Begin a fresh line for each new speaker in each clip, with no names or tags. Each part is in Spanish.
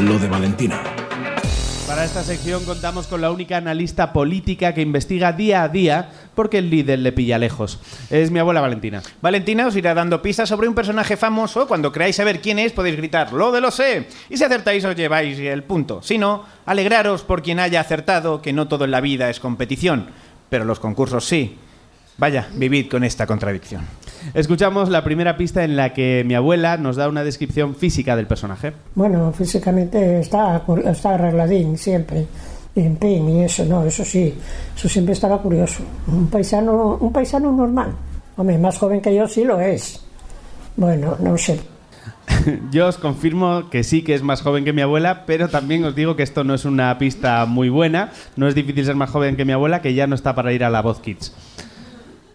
Lo de Valentina.
Para esta sección contamos con la única analista política que investiga día a día porque el líder le pilla lejos. Es mi abuela Valentina.
Valentina os irá dando pistas sobre un personaje famoso. Cuando creáis saber quién es, podéis gritar ¡Lo de lo sé! Y si acertáis, os lleváis el punto. Si no, alegraros por quien haya acertado que no todo en la vida es competición, pero los concursos sí. Vaya, vivid con esta contradicción.
Escuchamos la primera pista en la que mi abuela nos da una descripción física del personaje.
Bueno, físicamente está, cur- está arregladín siempre. Limpín y eso, no, eso sí. Eso siempre estaba curioso. Un paisano, un paisano normal. Hombre, más joven que yo sí lo es. Bueno, no sé.
Yo os confirmo que sí que es más joven que mi abuela, pero también os digo que esto no es una pista muy buena. No es difícil ser más joven que mi abuela, que ya no está para ir a la voz kids.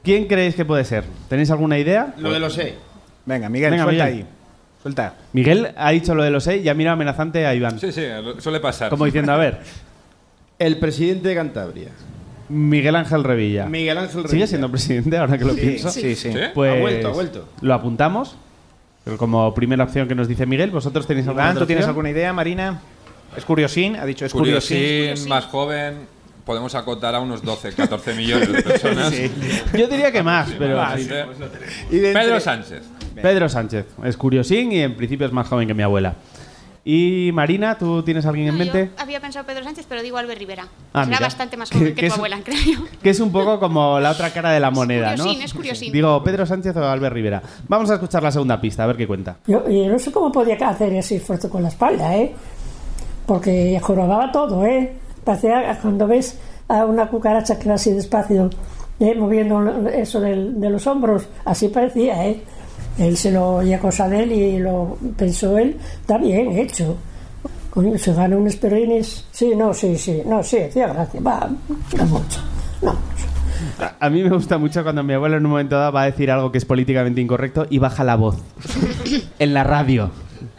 ¿Quién creéis que puede ser? ¿Tenéis alguna idea?
Lo de lo sé.
Venga, Miguel,
Venga,
suelta
Miguel.
ahí. Suelta.
Miguel ha dicho lo de los seis y ha mirado amenazante a Iván.
Sí, sí, lo- suele pasar.
Como diciendo, a ver,
El presidente de Cantabria.
Miguel Ángel Revilla.
Miguel Ángel Revilla. ¿Eh?
¿Sigue siendo presidente ahora que lo pienso?
Sí, sí. sí.
¿Sí?
Pues
Ha vuelto, ha vuelto.
lo apuntamos. Pero como primera opción que nos dice Miguel, ¿vosotros tenéis alguna
Iván,
otra
¿tú tienes
opción?
alguna idea, Marina? Es curiosín, ha dicho es
Curiosín,
curiosín.
más joven, podemos acotar a unos 12, 14 millones de personas.
Yo diría que más, pero
Más,
sí.
¿eh?
Y de entre-
Pedro Sánchez.
Pedro Sánchez es curiosín y en principio es más joven que mi abuela. Y Marina, ¿tú tienes alguien en
No, yo
mente?
había pensado Pedro Sánchez, pero digo Albert Rivera.
Ah,
Será
mira.
bastante más joven
Que-
que,
que
tu
es-
abuela, creo yo.
Que es un poco como la otra cara de la moneda, ¿no?
curiosín, es curiosín.
Digo, Pedro Sánchez o Albert Rivera. Vamos a escuchar la segunda pista, a ver qué cuenta.
Yo, y no sé cómo podía hacer ese fuerte con la espalda, ¿eh? Porque jorobaba todo, ¿eh? Parecía cuando ves a una cucaracha que va así despacio, ¿eh? moviendo eso del- de los hombros, así parecía, ¿eh? Él se lo oía cosa de él y lo pensó él, está bien hecho. Coño, se gana unos perrines. Sí, no, sí, sí, no, sí, hacía gracia. Va, no mucho, no mucho.
A mí me gusta mucho cuando mi abuelo en un momento dado va a decir algo que es políticamente incorrecto y baja la voz. en la radio.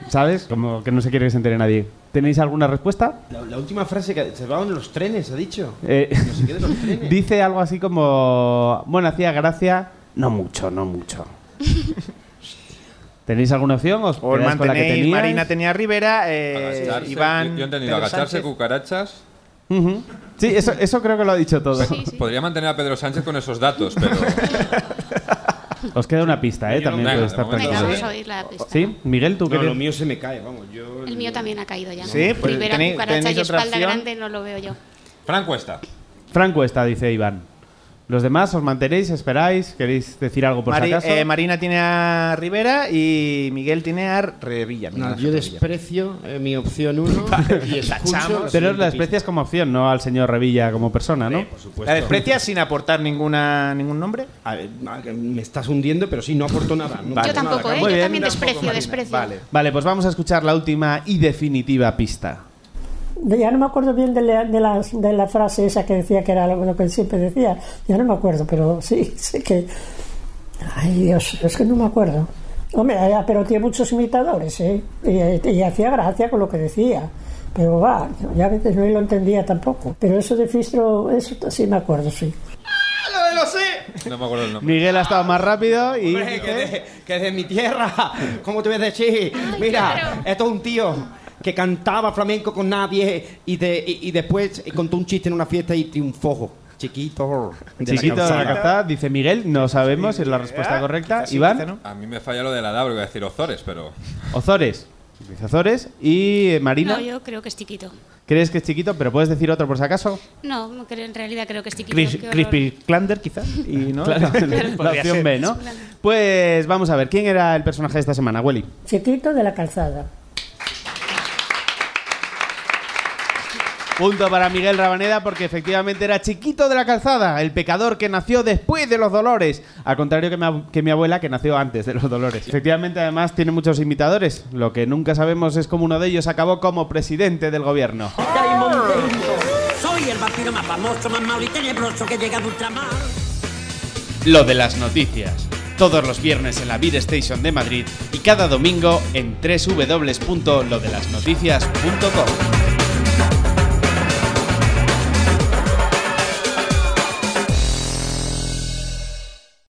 ¿Sabes? Como que no se quiere que se entere nadie. ¿Tenéis alguna respuesta?
La, la última frase que se van los trenes, ha dicho.
Eh,
No sé qué de los trenes.
dice algo así como... Bueno, hacía gracia... No mucho, no mucho. ¿Tenéis alguna opción? ¿Os
O el
quedáis con la que
mantenéis,
teníais?
Marina tenía Rivera, eh,
Agacharse,
Iván.
yo he entendido,
Pedro
agacharse,
Sánchez.
cucarachas.
Ujú. Sí, eso, eso creo que lo ha dicho
Pues,
todo.
Sí, sí.
Podría mantener a Pedro Sánchez con esos datos, pero
Os queda una pista, ¿eh? También
Venga,
puede
de
estar
momento,
Venga,
sí.
tranquilo.
vamos a oír la pista.
¿Sí? Miguel, ¿tú qué
No, lo
crees?
mío se me cae, vamos. Yo,
El mío también ha caído ya.
Sí, pues
Rivera,
tenéis-
cucaracha
tenéis
y
otra
espalda
opción.
grande no lo veo yo.
Fran Cuesta.
Franco está, dice Iván. Los demás os mantenéis, esperáis, queréis decir algo por
Mari-
si acaso.
eh, Marina tiene a Rivera y Miguel tiene a Revilla. Miguel
No,
Ángel
yo
Revilla.
desprecio eh, mi opción 1 y escucho.
Tachamos.
Pero os la
siguiente
desprecias como opción, no al señor Revilla como persona, ¿no?
pista. Por supuesto.
¿La desprecias sin aportar ninguna ningún nombre?
A ver, ma- que me estás hundiendo, pero sí, no aporto nada. no
yo
aporto nada,
tampoco, ¿eh?
Muy
Yo
bien.
también
Tampoco,
desprecio,
Marina.
desprecio.
Vale.
Vale, pues vamos a escuchar la última y definitiva pista.
Ya no me acuerdo bien de la, de la, de la frase esa que decía que era lo, lo que él siempre decía. Ya no me acuerdo, pero sí, sé que. Ay, Dios, es que no me acuerdo. Hombre, eh, pero tiene muchos imitadores, ¿eh? Y, eh, y hacía gracia con lo que decía. Pero va, ya a veces no lo entendía tampoco. Pero eso de Fistro, eso t- sí me acuerdo, sí.
No me acuerdo el nombre.
Miguel ha estado más rápido y...
Hombre, que, de, que de mi tierra, ¿cómo te voy a decir? Mira,
claro.
esto es un tío que cantaba flamenco con nadie y, de, y, y después contó un chiste en una fiesta y triunfó. Chiquito. de la
Chiquito de la
calzada.
calzada, dice Miguel, no sabemos si es la respuesta correcta.
Quizás sí,
Iván,
quizá no.
A mí me falla lo de la edad, porque voy a decir Ozores, pero
Ozores. Dice Ozores. Y eh, Marina,
No, yo creo que es chiquito.
¿crees que es chiquito? Pero puedes decir otro por si acaso.
No, no creo- en realidad creo que es chiquito.
Cris-
qué horror.
Crispy Klander, quizás. Y no.
Claro, la
Podría
opción
ser.
B, ¿no? Pues vamos a ver, ¿quién era el personaje de esta semana, Welly?
Chiquito de la calzada.
Punto para Miguel Rabaneda porque efectivamente era chiquito de la calzada, el pecador que nació después de los dolores, al contrario que mi, ab- que mi abuela que nació antes de los dolores. Efectivamente además tiene muchos imitadores, lo que nunca sabemos es cómo uno de ellos acabó como presidente del gobierno.
Soy el vampiro más famoso, más malo y tenebroso que llega de ultramar.
Lo de las noticias, todos los viernes en la Beer Station de Madrid y cada domingo en www.lodelasnoticias.com.